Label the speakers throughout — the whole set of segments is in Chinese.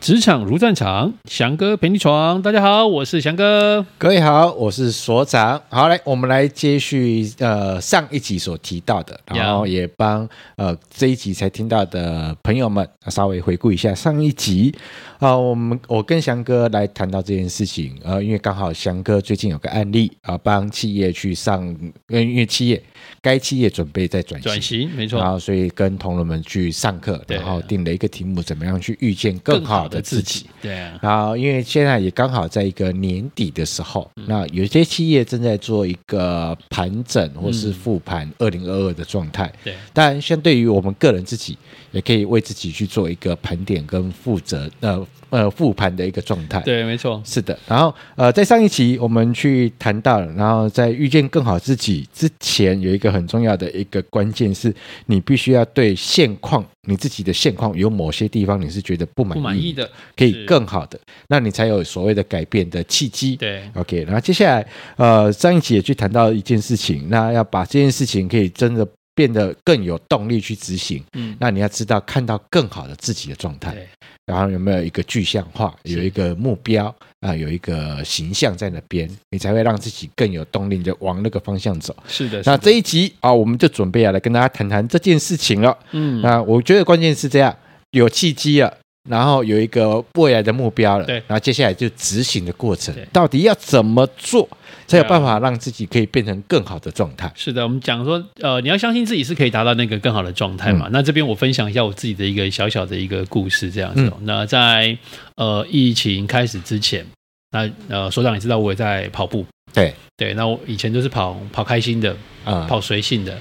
Speaker 1: 职场如战场，翔哥陪你闯。大家好，我是翔哥。
Speaker 2: 各位好，我是所长。好，来，我们来接续呃上一集所提到的，然后也帮呃这一集才听到的朋友们啊稍微回顾一下上一集啊、我们我跟翔哥来谈到这件事情，呃，因为刚好翔哥最近有个案例啊、帮企业去上，因为因为企业该企业准备在转型，
Speaker 1: 转型没
Speaker 2: 然
Speaker 1: 错，
Speaker 2: 后所以跟同仁们去上课，
Speaker 1: 对
Speaker 2: 然后定了一个题目，怎么样去遇见更好的自己。。
Speaker 1: 对啊，
Speaker 2: 然后，因为现在也刚好在一个年底的时候，
Speaker 1: 嗯
Speaker 2: 那有些企业正在做一个盘整或是复盘
Speaker 1: 嗯
Speaker 2: 二零二二的状态。
Speaker 1: 对，
Speaker 2: 当然，相对于我们个人自己，也可以为自己去做一个盘点跟负责呃呃复盘的一个状态。
Speaker 1: 对，没错，
Speaker 2: 是的，然后呃，在上一期我们去谈到了，然后在遇见更好自己之前，有一个很重要的一个关键是，你必须要对现况，你自己的现况有某些地方你是觉得不满
Speaker 1: 不
Speaker 2: 意，
Speaker 1: 满意的
Speaker 2: 可以
Speaker 1: 是
Speaker 2: 更好的，那你才有所谓的改变的契机。
Speaker 1: 对，
Speaker 2: OK，然后接下来呃，上一期也去谈到一件事情，那要把这件事情可以真的变得更有动力去执行，
Speaker 1: 嗯，
Speaker 2: 那你要知道看到更好的自己的状态。
Speaker 1: 对，
Speaker 2: 然后有没有一个具象化，
Speaker 1: 是
Speaker 2: 有一个目标啊、有一个形象在那边，你才会让自己更有动力的往那个方向走。
Speaker 1: 是的，
Speaker 2: 那
Speaker 1: 是的
Speaker 2: 这一集啊、我们就准备要来跟大家谈谈这件事情了。
Speaker 1: 嗯，
Speaker 2: 那我觉得关键是这样，有契机了。然后有一个未来的目标了，
Speaker 1: 对
Speaker 2: 然后接下来就执行的过程
Speaker 1: 对，
Speaker 2: 到底要怎么做，才有
Speaker 1: 对啊
Speaker 2: 办法让自己可以变成更好的状态？
Speaker 1: 是的，我们讲说，呃，你要相信自己是可以达到那个更好的状态
Speaker 2: 嗯
Speaker 1: 嘛。那这边我分享一下我自己的一个小小的一个故事，这样子、哦。
Speaker 2: 嗯
Speaker 1: 那在呃疫情开始之前，那呃所长也知道我也在跑步，
Speaker 2: 对，
Speaker 1: 对，那我以前就是跑跑开心的，
Speaker 2: 啊、
Speaker 1: 跑随性的，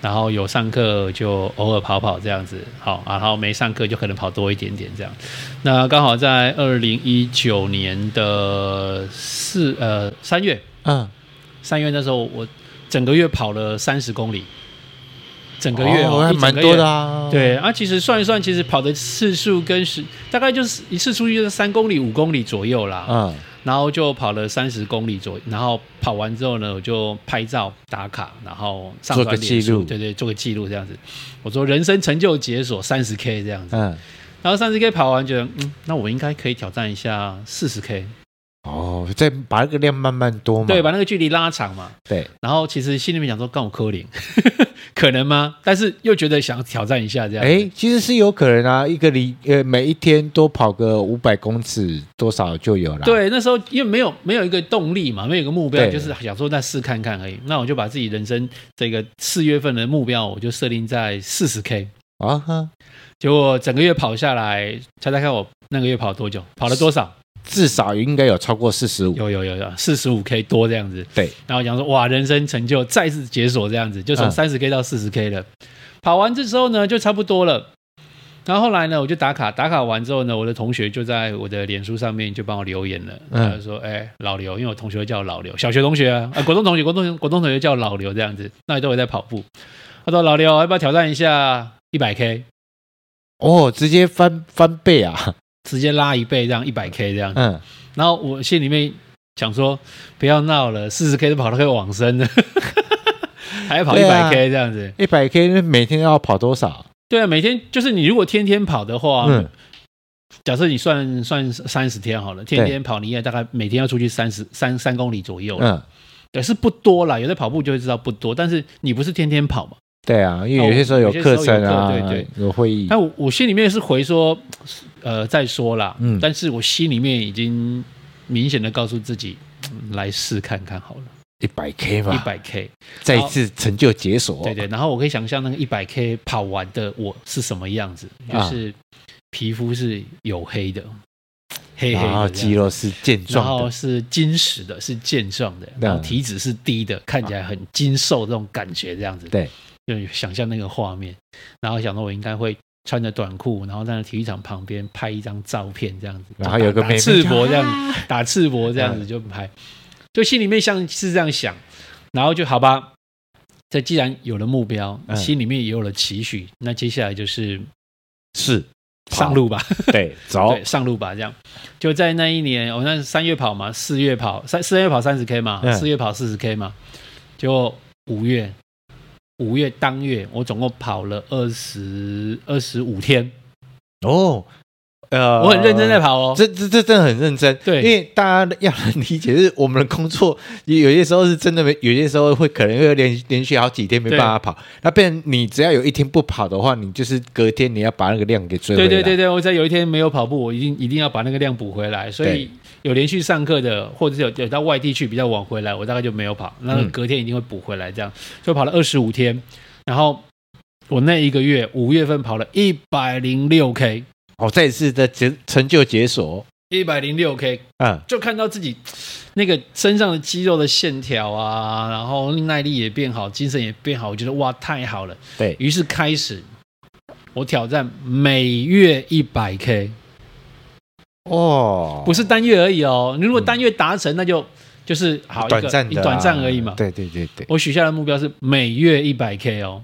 Speaker 1: 然后有上课就偶尔跑跑这样子，好，啊然后没上课就可能跑多一点点这样。那刚好在二零一九年的四呃三月，
Speaker 2: 嗯，
Speaker 1: 三月那时候我整个月跑了三十公里，整个月
Speaker 2: 哦
Speaker 1: 哦，
Speaker 2: 还
Speaker 1: 一整
Speaker 2: 蛮
Speaker 1: 个
Speaker 2: 多
Speaker 1: 月
Speaker 2: 的啊，
Speaker 1: 对啊，其实算一算，其实跑的次数跟十大概就是一次出去就是三公里、五公里左右啦。
Speaker 2: 嗯，
Speaker 1: 然后就跑了三十公里左右，然后跑完之后呢，我就拍照打卡，然后上传
Speaker 2: 做个记
Speaker 1: 脸书
Speaker 2: 录
Speaker 1: 对对，做个记录这样子。我说人生成就解锁三十 K 这样子，
Speaker 2: 嗯，
Speaker 1: 然后三十 K 跑完觉得，嗯，那我应该可以挑战一下四十 K，
Speaker 2: 哦，再把那个量慢慢多嘛，
Speaker 1: 对，把那个距离拉长嘛。
Speaker 2: 对，
Speaker 1: 然后其实心里面想说，干我科零， 可能吗？但是又觉得想挑战一下这样子。
Speaker 2: 哎，其实是有可能啊，一个礼呃，每一天多跑个五百公尺，多少就有了。，
Speaker 1: 对，那时候因为没有没有一个动力嘛，没有一个目标，
Speaker 2: 对
Speaker 1: 就是想说再试看看而已。那我就把自己人生这个四月份的目标，我就设定在四十 K。
Speaker 2: 啊哈，
Speaker 1: 结果整个月跑下来，猜猜看我那个月跑多久？跑了多少？
Speaker 2: 至少应该有超过四十五。
Speaker 1: 有有有有，四十五 K 多这样子。
Speaker 2: 对，
Speaker 1: 然后讲说哇，人生成就再次解锁这样子，就从
Speaker 2: 嗯
Speaker 1: 三十 K 到四十 K 了。跑完这之后呢，就差不多了。然后后来呢，我就打卡，打卡完之后呢，我的同学就在我的脸书上面就帮我留言了，
Speaker 2: 嗯
Speaker 1: 他就说：“哎、老刘，因为我同学叫老刘，小学同学啊，啊，国中同学，国中国中同学叫老刘这样子，那你都有在跑步。”他说：“老刘，要不要挑战一下一百 K？
Speaker 2: 哦，直接翻翻倍啊！
Speaker 1: 直接拉一倍这样，一百 K 这样。”
Speaker 2: 嗯，
Speaker 1: 然后我心里面想说，不要闹了，四十 K 都跑到快往生了， 还要跑一
Speaker 2: 对
Speaker 1: 百
Speaker 2: 啊
Speaker 1: K 这样子。
Speaker 2: 一百 K 每天要跑多少？
Speaker 1: 对啊，每天就是你如果天天跑的话，
Speaker 2: 嗯，
Speaker 1: 假设你算算三十天好了，天天跑你也大概每天要出去三十三三公里左右了，
Speaker 2: 嗯，
Speaker 1: 也是不多啦。有在跑步就会知道不多，但是你不是天天跑嘛？
Speaker 2: 对啊，因
Speaker 1: 哦
Speaker 2: 为有些时候有
Speaker 1: 有些时候
Speaker 2: 课
Speaker 1: 有
Speaker 2: 程啊，
Speaker 1: 课对
Speaker 2: 有会议。
Speaker 1: 但我我心里面是回说，呃，再说啦，
Speaker 2: 嗯
Speaker 1: 但是我心里面已经明显的告诉自己，嗯来试看看好了，
Speaker 2: 一百 K
Speaker 1: 一
Speaker 2: 嘛，
Speaker 1: 百 K。
Speaker 2: 再一次成就解锁。
Speaker 1: 对对，然后我可以想象那个一百 K 跑完的我是什么样子，就
Speaker 2: 啊
Speaker 1: 是皮肤是黝黑的，黑黑
Speaker 2: 然后
Speaker 1: 的这
Speaker 2: 肌
Speaker 1: 样，
Speaker 2: 肉是健
Speaker 1: 然
Speaker 2: 壮
Speaker 1: 后
Speaker 2: 的。
Speaker 1: 是金实的，是健壮的，然后
Speaker 2: 嗯
Speaker 1: 体脂是低的，看起来很精瘦这种感觉，这样子，
Speaker 2: 对，
Speaker 1: 就想象那个画面，然后想到我应该会。穿着短裤，然后在那体育场旁边拍一张照片，这样子，
Speaker 2: 然后有个
Speaker 1: 打
Speaker 2: 妹嗯妹
Speaker 1: 赤
Speaker 2: 就
Speaker 1: 膊这样子，打赤膊这样子就拍，就心里面像是这样想，然后就好吧。这既然有了目标，
Speaker 2: 嗯
Speaker 1: 心里面也有了期许，那接下来就是
Speaker 2: 是
Speaker 1: 上路吧，
Speaker 2: 对，走
Speaker 1: 对，上路吧，这样。就在那一年，哦我、那是三月跑嘛，四月跑三四月跑三十 K 嘛，
Speaker 2: 嗯
Speaker 1: 四月跑四十 K 嘛，就五月五月当月，我总共跑了二十二十五天，
Speaker 2: 哦，呃，
Speaker 1: 我很认真在跑哦。
Speaker 2: 这这这真的很认真，
Speaker 1: 对
Speaker 2: 因为大家 要能理解，就是我们的工作有有些时候是真的没，有些时候会可能会连连续好几天没办法跑，那变成你只要有一天不跑的话，你就是隔天你要把那个量给追回
Speaker 1: 对
Speaker 2: 来。
Speaker 1: 对对对，我在有一天没有跑步，我一定一定要把那个量补回来。所以有连续上课的，或者是有有到外地去比较晚回来，我大概就没有跑，那
Speaker 2: 嗯
Speaker 1: 隔天一定会补回来，这样就跑了二十五天。然后我那一个月五月份跑了一百零六 K，
Speaker 2: 哦，再一次的解成就解锁，
Speaker 1: 一百零六 K
Speaker 2: 嗯，
Speaker 1: 就看到自己那个身上的肌肉的线条啊，然后耐力也变好，精神也变好，我觉得哇太好了。
Speaker 2: 对，
Speaker 1: 于是开始我挑战每月一百 K，
Speaker 2: 哦，
Speaker 1: 不是单月而已哦。你如果单月达成，那就就是好一个
Speaker 2: 短暂
Speaker 1: 一
Speaker 2: 的啊、
Speaker 1: 短暂而已嘛。
Speaker 2: 对对对对，
Speaker 1: 我许下的目标是每月一百 K 哦，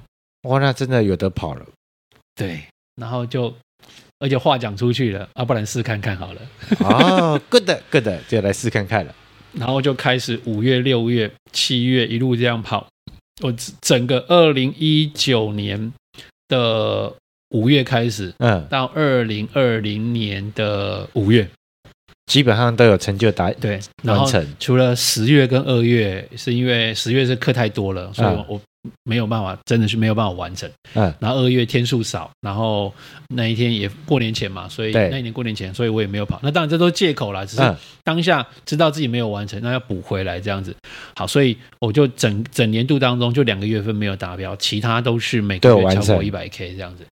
Speaker 2: 哇，那真的有得跑了。
Speaker 1: 对，然后就而且话讲出去了啊，不然试看看好了。
Speaker 2: 哦，good good，就来试看看了。
Speaker 1: 然后就开始五月、六月、七月一路这样跑。我整整个二零一九年的五月开始，
Speaker 2: 嗯，
Speaker 1: 到二零二零年的五月，
Speaker 2: 基本上都有成就达
Speaker 1: 对，然
Speaker 2: 完
Speaker 1: 后
Speaker 2: 成。
Speaker 1: 除了十月跟二月，是因为十月是课太多了，所以
Speaker 2: 啊
Speaker 1: 我,、没有办法，真的是没有办法完成。
Speaker 2: 嗯，
Speaker 1: 然后二月天数少，然后那一天也过年前嘛，所以
Speaker 2: 对
Speaker 1: 那一年过年前，所以我也没有跑。那当然这都是借口啦，只是
Speaker 2: 嗯
Speaker 1: 当下知道自己没有完成，那要补回来这样子。好，所以我就整整年度当中就两个月份没有达标，其他都是每个
Speaker 2: 对
Speaker 1: 月
Speaker 2: 完
Speaker 1: 超过
Speaker 2: 成
Speaker 1: 一百 K 这样子。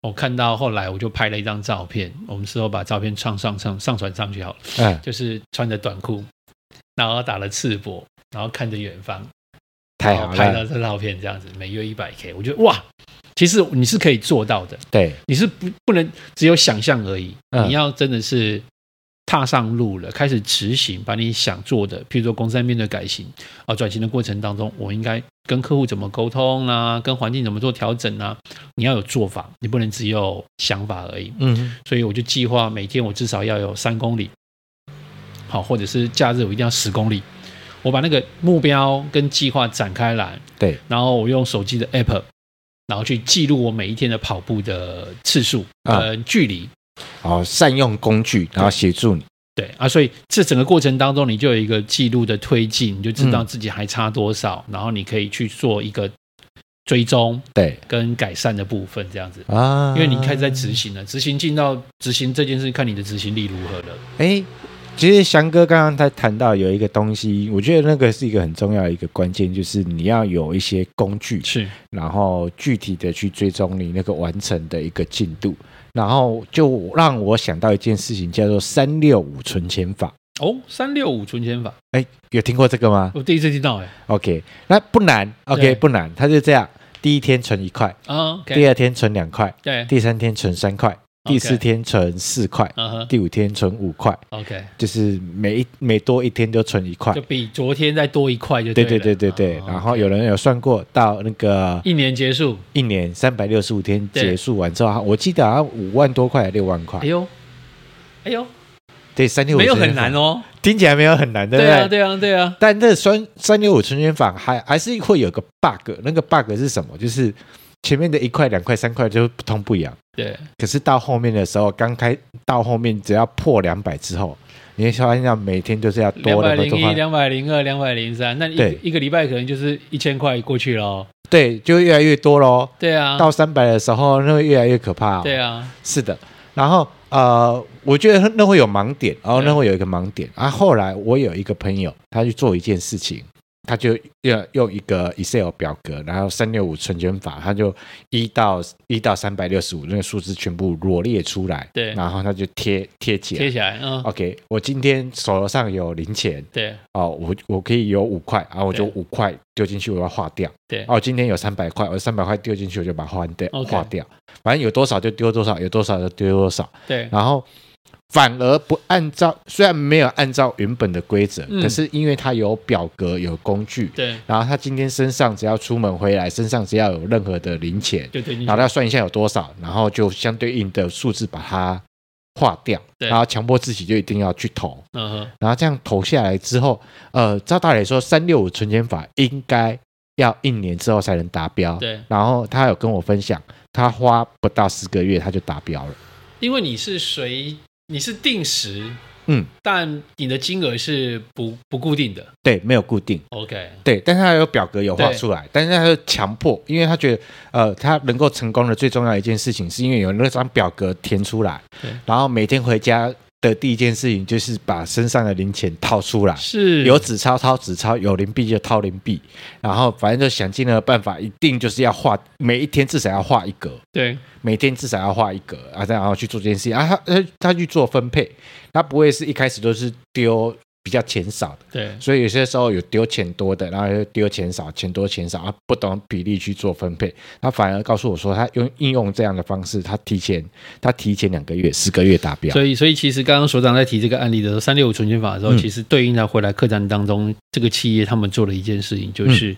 Speaker 1: 我看到后来我就拍了一张照片，我们事后把照片上上上上传上去好了。
Speaker 2: 嗯，
Speaker 1: 就是穿着短裤，然后打了赤膊，然后看着远方，
Speaker 2: 太
Speaker 1: 然
Speaker 2: 好
Speaker 1: 后拍
Speaker 2: 了
Speaker 1: 到。这照片，这样子每月一百 K，我觉得哇，其实你是可以做到的，
Speaker 2: 对，
Speaker 1: 你是不不能只有想象而已，
Speaker 2: 嗯
Speaker 1: 你要真的是踏上路了，开始执行，把你想做的，譬如说公司在面对改型啊、转型的过程当中，我应该跟客户怎么沟通啊，跟环境怎么做调整啊，你要有做法，你不能只有想法而已。
Speaker 2: 嗯，
Speaker 1: 所以我就计划每天我至少要有三公里，好，或者是假日我一定要十公里。我把那个目标跟计划展开来，
Speaker 2: 对，
Speaker 1: 然后我用手机的 app，然后去记录我每一天的跑步的次数、
Speaker 2: 啊
Speaker 1: 呃距离，哦
Speaker 2: 好，善用工具，然后协助你。
Speaker 1: 对啊，所以这整个过程当中，你就有一个记录的推进，你就知道
Speaker 2: 嗯
Speaker 1: 自己还差多少，然后你可以去做一个追踪
Speaker 2: 对
Speaker 1: 跟改善的部分，这样子。
Speaker 2: 啊，
Speaker 1: 因为你开始在执行了，执行进到执行这件事，看你的执行力如何了。
Speaker 2: 哎，其实翔哥刚刚他谈到有一个东西，我觉得那个是一个很重要的一个关键，就是你要有一些工具，
Speaker 1: 是，
Speaker 2: 然后具体的去追踪你那个完成的一个进度。然后就让我想到一件事情，叫做三六五存钱法。
Speaker 1: 哦，三六五存钱法，
Speaker 2: 哎，有听过这个吗
Speaker 1: 我第一次听到哎、
Speaker 2: ？OK，那不难，OK
Speaker 1: 对
Speaker 2: 不难，它就这样：第一天存一块，
Speaker 1: 啊，OK，
Speaker 2: 第二天存两块，
Speaker 1: 对，
Speaker 2: 第三天存三块，第四天存四块，
Speaker 1: 嗯哼
Speaker 2: 第五天存五块，
Speaker 1: ，OK，
Speaker 2: 就是每一每多一天就存一块
Speaker 1: 就。比昨天再多一块就
Speaker 2: 对
Speaker 1: 对
Speaker 2: 对
Speaker 1: 了
Speaker 2: 对对对，
Speaker 1: 哦
Speaker 2: 然后有人有算过，到那个
Speaker 1: 一年结束，
Speaker 2: 一年三百六十五天
Speaker 1: 对
Speaker 2: 结束完之后，我记得好像五万多块，六万块
Speaker 1: 哎，呦，哎呦，
Speaker 2: 对，三六五
Speaker 1: 没有很难
Speaker 2: 哦，
Speaker 1: 哦，
Speaker 2: 听起来没有很难，对不
Speaker 1: 对啊，
Speaker 2: 对？
Speaker 1: 对啊，对啊，
Speaker 2: 但这三三六五存钱法还还是会有个 bug，那个 bug 是什么？就是前面的一块、两块、三块就不痛不痒。
Speaker 1: 对，
Speaker 2: 可是到后面的时候，刚开到后面只要破两百之后，你会发现到每天就是要
Speaker 1: 两
Speaker 2: 多
Speaker 1: 百
Speaker 2: 的
Speaker 1: 零
Speaker 2: 多
Speaker 1: 一、啊
Speaker 2: 块，
Speaker 1: 两百零二、两百零三，那一
Speaker 2: 对
Speaker 1: 一个礼拜可能就是一千块过去喽，
Speaker 2: 对，就越来越多喽。
Speaker 1: 对啊，
Speaker 2: 到三百的时候，那会越来越可怕、哦。
Speaker 1: 对，啊，
Speaker 2: 是的。然后呃，我觉得那会有盲点，然后
Speaker 1: 对
Speaker 2: 那会有一个盲点。啊，后来我有一个朋友，他去做一件事情，他就要用一个 Excel 表格，然后三六五存钱法，他就一到一到三百六十五那个数字全部罗列出来，
Speaker 1: 对
Speaker 2: 然后他就贴贴起来，
Speaker 1: 贴起来，嗯，
Speaker 2: OK，我今天手上有零钱
Speaker 1: 对
Speaker 2: 哦，我我可以有五块，然后我就
Speaker 1: 对
Speaker 2: 五块丢进去，我要花掉。
Speaker 1: 对
Speaker 2: 哦，今天有三百块，我三百块丢进去，我就把它花掉
Speaker 1: OK
Speaker 2: 花掉。反正有多少就丢多少，有多少就丢多少。
Speaker 1: 对，
Speaker 2: 然后反而不按照，虽然没有按照原本的规则，
Speaker 1: 嗯
Speaker 2: 可是因为它有表格有工具，
Speaker 1: 对，
Speaker 2: 然后他今天身上只要出门回来，身上只要有任何的零钱，
Speaker 1: 就对进
Speaker 2: 然
Speaker 1: 去
Speaker 2: 后，他算一下有多少，然后就相对应的数字把它划掉，
Speaker 1: 对
Speaker 2: 然后强迫自己就一定要去投，
Speaker 1: 嗯哼，
Speaker 2: 然后这样投下来之后，呃，照道理说三六五存钱法应该要一年之后才能达标。
Speaker 1: 对
Speaker 2: 然后他有跟我分享，他花不到十个月他就达标了。
Speaker 1: 因为你是随你是定时，
Speaker 2: 嗯，
Speaker 1: 但你的金额是不不固定的。
Speaker 2: 对，没有固定。
Speaker 1: OK，
Speaker 2: 对，但是他有表格有画
Speaker 1: 对
Speaker 2: 出来，但是他就强迫，因为他觉得，呃，他能够成功的最重要的一件事情，是因为有那张表格填出来
Speaker 1: 对，
Speaker 2: 然后每天回家的第一件事情就是把身上的零钱掏出来，
Speaker 1: 是
Speaker 2: 啊有纸钞掏纸钞，有零币就掏零币，然后反正就想尽了办法，一定就是要画，每一天至少要画一格，
Speaker 1: 对
Speaker 2: 每天至少要画一格啊，然后去做这件事情啊，他他他去做分配，他不会是一开始都是丢比较钱少的。
Speaker 1: 对
Speaker 2: 所以有些时候有丢钱多的，然后又丢钱少，钱多钱少，啊，不懂比例去做分配。他反而告诉我说，他用应用这样的方式，他提前他提前两个月、十个月达标。
Speaker 1: 所以，所以其实刚刚所长在提这个案例的时候，三六五存钱法的时候，
Speaker 2: 嗯
Speaker 1: 其实对应到回来客栈当中，这个企业他们做了一件事情，
Speaker 2: 嗯
Speaker 1: 就是、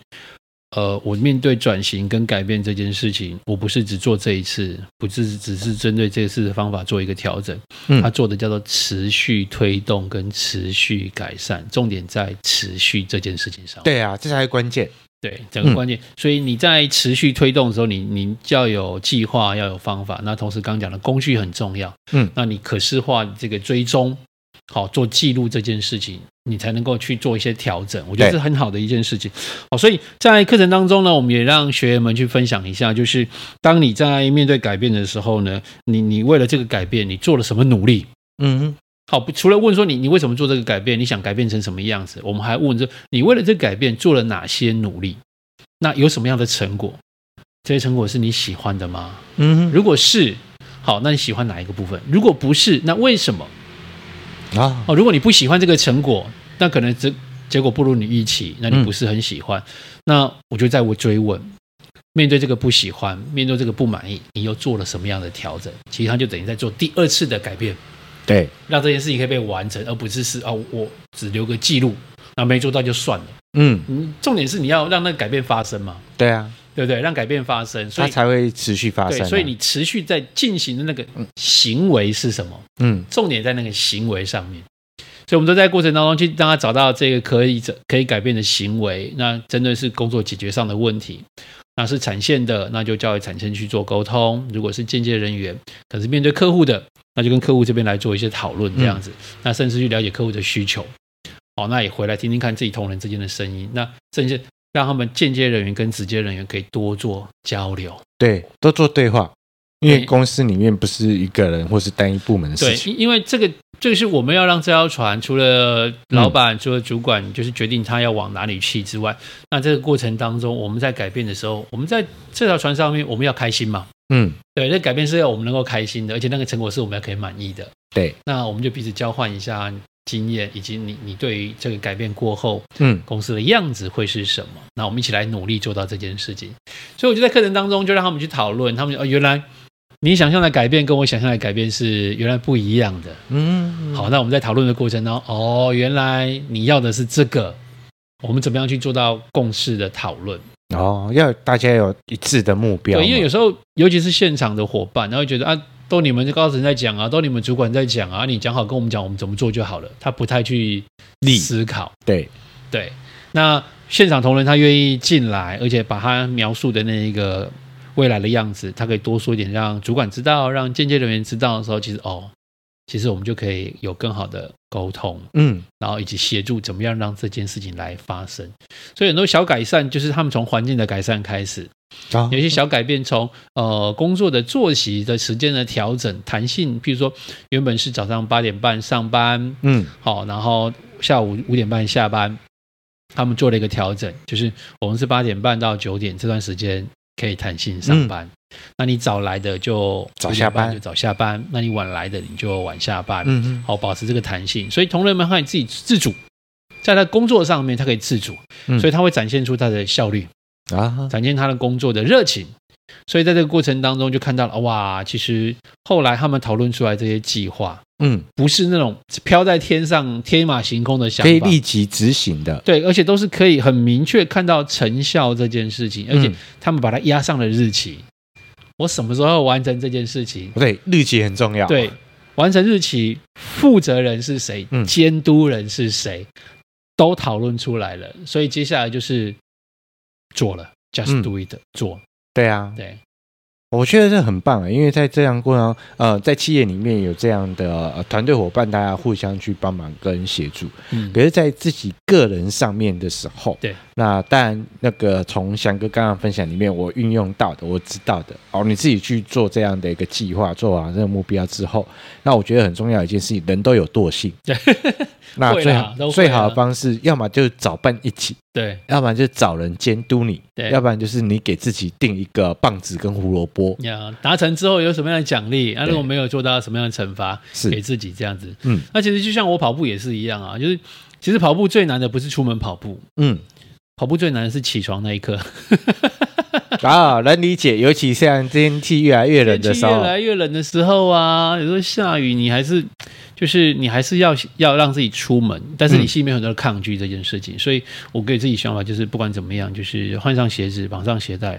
Speaker 1: 呃，我面对转型跟改变这件事情，我不是只做这一次，不是只是针对这次的方法做一个调整，
Speaker 2: 嗯
Speaker 1: 他做的叫做持续推动跟持续改善，重点在持续这件事情上。
Speaker 2: 对啊，这才是关键。
Speaker 1: 对，整个
Speaker 2: 嗯
Speaker 1: 关键。所以你在持续推动的时候，你你要有计划，要有方法。那同时刚讲的工具很重要，
Speaker 2: 嗯
Speaker 1: 那你可视化这个追踪，好做记录这件事情，你才能够去做一些调整。我觉得
Speaker 2: 对
Speaker 1: 这是很好的一件事情。好，所以在课程当中呢，我们也让学员们去分享一下，就是当你在面对改变的时候呢，你你为了这个改变，你做了什么努力？
Speaker 2: 嗯，
Speaker 1: 好，不除了问说你你为什么做这个改变，你想改变成什么样子，我们还问说你为了这个改变做了哪些努力，那有什么样的成果？这些成果是你喜欢的吗？
Speaker 2: 嗯
Speaker 1: 如果是，好，那你喜欢哪一个部分？如果不是，那为什么？
Speaker 2: 啊，
Speaker 1: 哦，如果你不喜欢这个成果，那可能这结果不如你预期，那你不是很喜欢。那我就在我追问，面对这个不喜欢，面对这个不满意，你又做了什么样的调整？其实它就等于在做第二次的改变。
Speaker 2: 对，
Speaker 1: 让这件事情可以被完成，而不是是哦，我只留个记录，那没做到就算了。
Speaker 2: 嗯，
Speaker 1: 嗯，重点是你要让那个改变发生嘛，
Speaker 2: 对啊，
Speaker 1: 对不对？让改变发生，所
Speaker 2: 它
Speaker 1: 以
Speaker 2: 才会持续发生、嗯
Speaker 1: 对，
Speaker 2: 啊。
Speaker 1: 所以你持续在进行的那个行为是什么？
Speaker 2: 嗯，
Speaker 1: 重点在那个行为上面。所以，我们都在过程当中去让他找到这个可以可以改变的行为。那针对是工作解决上的问题，那是产线的，那就交给产线去做沟通；如果是间接人员，可是面对客户的，那就跟客户这边来做一些讨论，这样子。那甚至去了解客户的需求。哦，那也回来听听看自己同仁之间的声音。那甚至让他们间接人员跟直接人员可以多做交流。
Speaker 2: 对，都做对话，因为
Speaker 1: 对
Speaker 2: 公司里面不是一个人或是单一部门的事
Speaker 1: 对，
Speaker 2: 情。嗯
Speaker 1: 因因为这个，这个是我们要让这条船除了老板、除了主管，就是决定他要往哪里去之外，那这个过程当中，我们在改变的时候，我们在这条船上面，我们要开心嘛？
Speaker 2: 嗯，
Speaker 1: 对，这改变是要我们能够开心的，而且那个成果是我们要可以满意的。
Speaker 2: 对，
Speaker 1: 那我们就彼此交换一下经验，以及你你对于这个改变过后，
Speaker 2: 嗯，
Speaker 1: 公司的样子会是什么？那我们一起来努力做到这件事情。所以我就在课程当中就让他们去讨论，他们就哦，原来你想象的改变跟我想象的改变是原来不一样的。
Speaker 2: 嗯，
Speaker 1: 好，那我们在讨论的过程当中，哦，原来你要的是这个，我们怎么样去做到共识的讨论？
Speaker 2: 哦，要大家有一致的目标嘛。
Speaker 1: 对，因为有时候，尤其是现场的伙伴，他会觉得啊，都你们高层在讲啊，都你们主管在讲啊，你讲好跟我们讲，我们怎么做就好了。他不太去
Speaker 2: 力
Speaker 1: 思考。
Speaker 2: 对，
Speaker 1: 对，那现场同仁他愿意进来，而且把他描述的那一个未来的样子，他可以多说一点，让主管知道，让间接人员知道的时候，其实哦，其实我们就可以有更好的沟通。
Speaker 2: 嗯，
Speaker 1: 然后以及协助怎么样让这件事情来发生。所以很多小改善就是他们从环境的改善开始，
Speaker 2: 好
Speaker 1: 有一些小改变从呃工作的作息的时间的调整弹性，譬如说原本是早上八点半上班，
Speaker 2: 嗯，
Speaker 1: 好、然后下午五点半下班，他们做了一个调整，就是我们是八点半到九点这段时间可以弹性上班。那你早来的就
Speaker 2: 嗯早
Speaker 1: 9点
Speaker 2: 下班
Speaker 1: 就早下班；那你晚来的你就晚下班。
Speaker 2: 嗯
Speaker 1: 好保持这个弹性。所以同仁们他以自己自主，在他工作上面他可以自主，
Speaker 2: 嗯
Speaker 1: 所以他会展现出他的效率，
Speaker 2: 嗯啊，
Speaker 1: 展现他的工作的热情。所以在这个过程当中，就看到了哇，其实后来他们讨论出来这些计划，
Speaker 2: 嗯，
Speaker 1: 不是那种飘在天上天马行空的想
Speaker 2: 可以
Speaker 1: 法，
Speaker 2: 立即执行的，
Speaker 1: 对，而且都是可以很明确看到成效这件事情，而且
Speaker 2: 嗯
Speaker 1: 他们把它压上了日期，我什么时候要完成这件事情，
Speaker 2: 对，日期很重要，
Speaker 1: 对，，完成日期、负责人是谁、
Speaker 2: 嗯
Speaker 1: 监督人是谁，都讨论出来了。所以接下来就是做了，just
Speaker 2: 嗯
Speaker 1: do it，、做，
Speaker 2: 对啊，
Speaker 1: 对，
Speaker 2: 我觉得这很棒啊，因为在这样过程，呃，在企业里面有这样的、呃、团队伙伴，大家互相去帮忙跟协助。
Speaker 1: 嗯
Speaker 2: 可，是，在自己个人上面的时候，
Speaker 1: 对，
Speaker 2: 那当然那个从翔哥刚刚分享里面，我运用到的，我知道的哦，你自己去做这样的一个计划，做完这个目标之后，那我觉得很重要的一件事情，人都有 惰性，那
Speaker 1: 会啦
Speaker 2: 最好
Speaker 1: 都会啊
Speaker 2: 最好的方式，要么就找伴一起，
Speaker 1: 对
Speaker 2: 要不然就找人监督你，
Speaker 1: 对
Speaker 2: 要不然就是你给自己定一个棒子跟胡萝卜，
Speaker 1: 呀，达成之后有什么样的奖励？那、啊
Speaker 2: 对
Speaker 1: 如果没有做到，什么样的惩罚
Speaker 2: 是
Speaker 1: 给自己这样子？
Speaker 2: 嗯
Speaker 1: 那其实就像我跑步也是一样啊，就是其实跑步最难的不是出门跑步，
Speaker 2: 嗯。
Speaker 1: 跑步最难的是起床那一 刻。
Speaker 2: 啊，能理解，尤其像天气越来越冷 的
Speaker 1: 天气
Speaker 2: 时
Speaker 1: 越
Speaker 2: 候，
Speaker 1: 来越冷的时候啊，有时候下雨，你还是就是你还是要要让自己出门，但是你心里面有很多的抗拒这件事情，所以我给自己想法就是，不管怎么样，就是换上鞋子，绑上鞋带，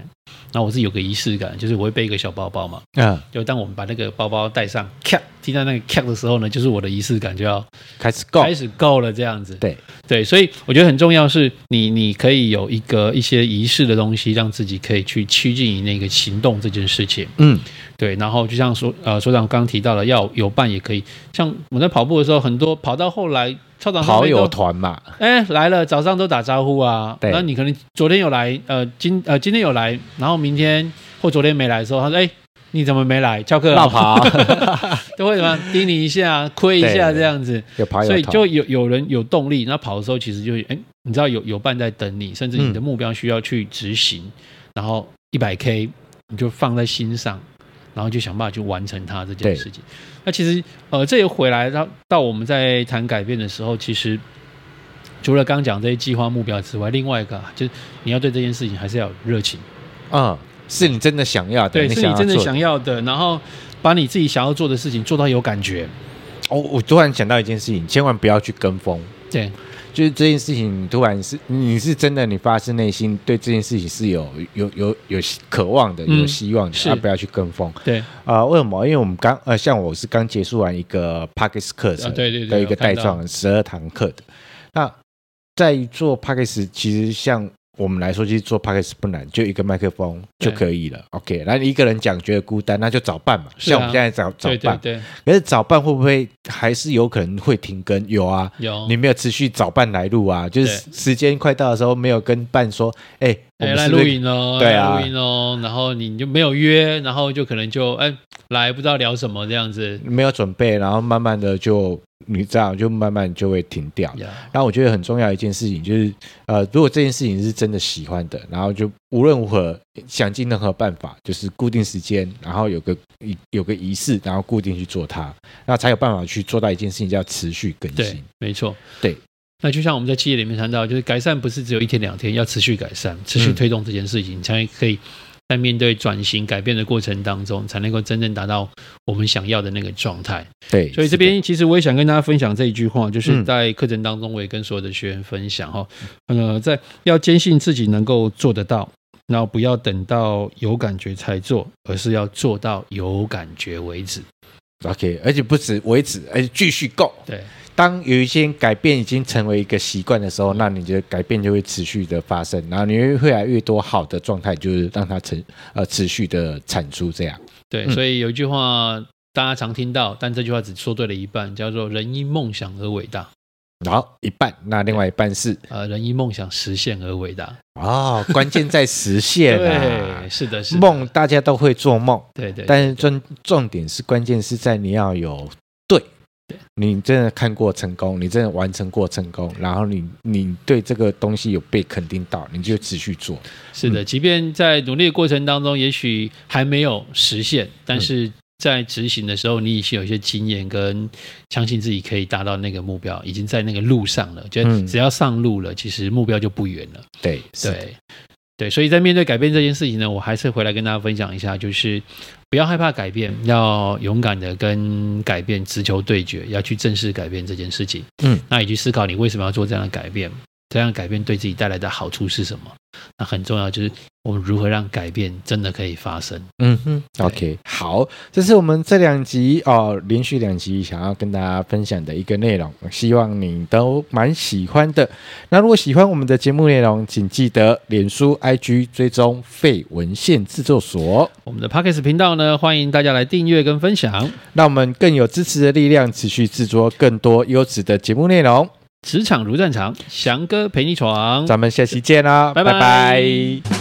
Speaker 1: 然后我自己有个仪式感，就是我会背一个小包包嘛，
Speaker 2: 嗯，
Speaker 1: 就当我们把那个包包带上，咔，听到那个咔的时候呢，就是我的仪式感就要
Speaker 2: 开始够，
Speaker 1: 开始够了这样子。
Speaker 2: 对
Speaker 1: 对，所以我觉得很重要是你你可以有一个一些仪式的东西，让自己可以去趋近于那个行动这件事情。
Speaker 2: 嗯，
Speaker 1: 对，然后就像所呃所长刚刚提到了，要有伴也可以。像我在跑步的时候，很多跑到后来，操场上
Speaker 2: 好
Speaker 1: 面都
Speaker 2: 友团嘛，
Speaker 1: 哎来了，早上都打招呼啊。
Speaker 2: 对
Speaker 1: 那你可能昨天有来，呃今呃今天有来，然后明天或昨天没来的时候，他说哎你怎么没来？翘课
Speaker 2: 绕
Speaker 1: 了，
Speaker 2: 跑
Speaker 1: 都会什么叮你一 下，亏一下这
Speaker 2: 对
Speaker 1: 样子。
Speaker 2: 有跑友
Speaker 1: 所
Speaker 2: 团，
Speaker 1: 以就有有人有动力，那跑的时候其实就哎，你知道有有伴在等你，甚至你的
Speaker 2: 嗯
Speaker 1: 目标需要去执行，然后一百 K 你就放在心上，然后就想办法去完成它这件
Speaker 2: 对
Speaker 1: 事情。那其实呃，这也回来到到我们在谈改变的时候，其实除了刚讲这些计划目标之外，另外一个啊就是你要对这件事情还是要有热情，
Speaker 2: 嗯，是你真的想要的，
Speaker 1: 对，是
Speaker 2: 想
Speaker 1: 你
Speaker 2: 要
Speaker 1: 真的
Speaker 2: 做
Speaker 1: 想要的，然后把你自己想要做的事情做到有感觉，
Speaker 2: 哦，我突然想到一件事情，千万不要去跟风。
Speaker 1: 对
Speaker 2: 就是这件事情，你突然是你是真的，你发自内心对这件事情是有有有有渴望的，
Speaker 1: 嗯
Speaker 2: 有希望的，
Speaker 1: 是
Speaker 2: 啊，不要去跟风。
Speaker 1: 对
Speaker 2: 啊、为什么？因为我们刚呃，像我是刚结束完一个 p a c k e s 课程
Speaker 1: 啊对对对
Speaker 2: 的一
Speaker 1: 我
Speaker 2: 个
Speaker 1: 看
Speaker 2: 带
Speaker 1: 到
Speaker 2: 状十二堂课的。那在做 p a c k e s 其实像我们来说，其实做 p a c k e s 不难，就一个麦克风
Speaker 1: 对
Speaker 2: 就可以了。OK，那你一个人讲觉得孤单，那就找伴嘛。
Speaker 1: 是啊
Speaker 2: 像我们现在找找
Speaker 1: 对对
Speaker 2: 伴，
Speaker 1: 对，
Speaker 2: 可是找伴会不会还是有可能会停更？有啊，
Speaker 1: 有
Speaker 2: 你没有持续找伴来录啊，就是
Speaker 1: 哦对
Speaker 2: 时间快到的时候没有跟伴说，哎、我
Speaker 1: 哎，
Speaker 2: 们
Speaker 1: 来
Speaker 2: 是不
Speaker 1: 录
Speaker 2: 是
Speaker 1: 影哦，
Speaker 2: 对
Speaker 1: 来
Speaker 2: 啊
Speaker 1: 录影哦，然后你就没有约，然后就可能就哎来不知道聊什么这样子，
Speaker 2: 没有准备，然后慢慢的就你知道，就慢慢就会停掉。
Speaker 1: 呀
Speaker 2: 然后我觉得很重要一件事情就是，呃，如果这件事情是真的喜欢的，然后就无论如何想尽任何办法，就是固定时间，然后有个一有个仪式，然后固定去做它，那才有办法去做到一件事情叫持续更
Speaker 1: 对
Speaker 2: 新。，
Speaker 1: 没错，
Speaker 2: 对。
Speaker 1: 那就像我们在企业里面谈到，就是改善不是只有一天两天，要持续改善，持续
Speaker 2: 嗯
Speaker 1: 推动这件事情，你才可以在面对转型改变的过程当中，才能够真正达到我们想要的那个状态。
Speaker 2: 对，
Speaker 1: 所以这
Speaker 2: 是的
Speaker 1: 边其实我也想跟大家分享这一句话，就是
Speaker 2: 嗯
Speaker 1: 在课程当中，我也跟所有的学员分享哈，呃，在要坚信自己能够做得到，然后不要等到有感觉才做，而是要做到有感觉为止。
Speaker 2: OK，而且不止为止，而且继续够。
Speaker 1: 对，
Speaker 2: 当有一些改变已经成为一个习惯的时候，那你的改变就会持续的发生，然后你会越来越多好的状态，就是让它持呃持续的产出这样。
Speaker 1: 对，
Speaker 2: 嗯
Speaker 1: 所以有一句话大家常听到，但这句话只说对了一半，叫做“人因梦想而伟大，
Speaker 2: 然后一半，那另外一半是
Speaker 1: 呃，人因梦想实现而伟大
Speaker 2: 哦，关键在实”。现啊
Speaker 1: 对，。是的，是的，
Speaker 2: 梦大家都会做梦，
Speaker 1: 对对，
Speaker 2: 但是重重点是关键是在你要有对，你真的看过成功，你真的完成过成功，然后你你对这个东西有被肯定到，你就持续做。
Speaker 1: 是的，即便在努力的过程当中，也许还没有实现，但是在执行的时候，你已经有一些经验，跟相信自己可以达到那个目标，已经在那个路上了。觉得
Speaker 2: 嗯
Speaker 1: 只要上路了，其实目标就不远了。
Speaker 2: 对，是的，
Speaker 1: 对，对，所以在面对改变这件事情呢，我还是回来跟大家分享一下，就是不要害怕改变，要勇敢的跟改变直球对决，要去正视改变这件事情。
Speaker 2: 嗯，
Speaker 1: 那也去思考你为什么要做这样的改变，这样改变对自己带来的好处是什么？那很重要，就是我们如何让改变真的可以发生。
Speaker 2: 嗯哼，OK，好，这是我们这两集哦，连续两集想要跟大家分享的一个内容，希望你都蛮喜欢的。那如果喜欢我们的节目内容，请记得脸书、IG 追踪废文献制作所。
Speaker 1: 我们的 Pockets 频道呢，欢迎大家来订阅跟分享。
Speaker 2: 让我们更有支持的力量，持续制作更多优质的节目内容。
Speaker 1: 职场如战场，翔哥陪你闯。
Speaker 2: 咱们下期见啦，
Speaker 1: 拜拜
Speaker 2: 拜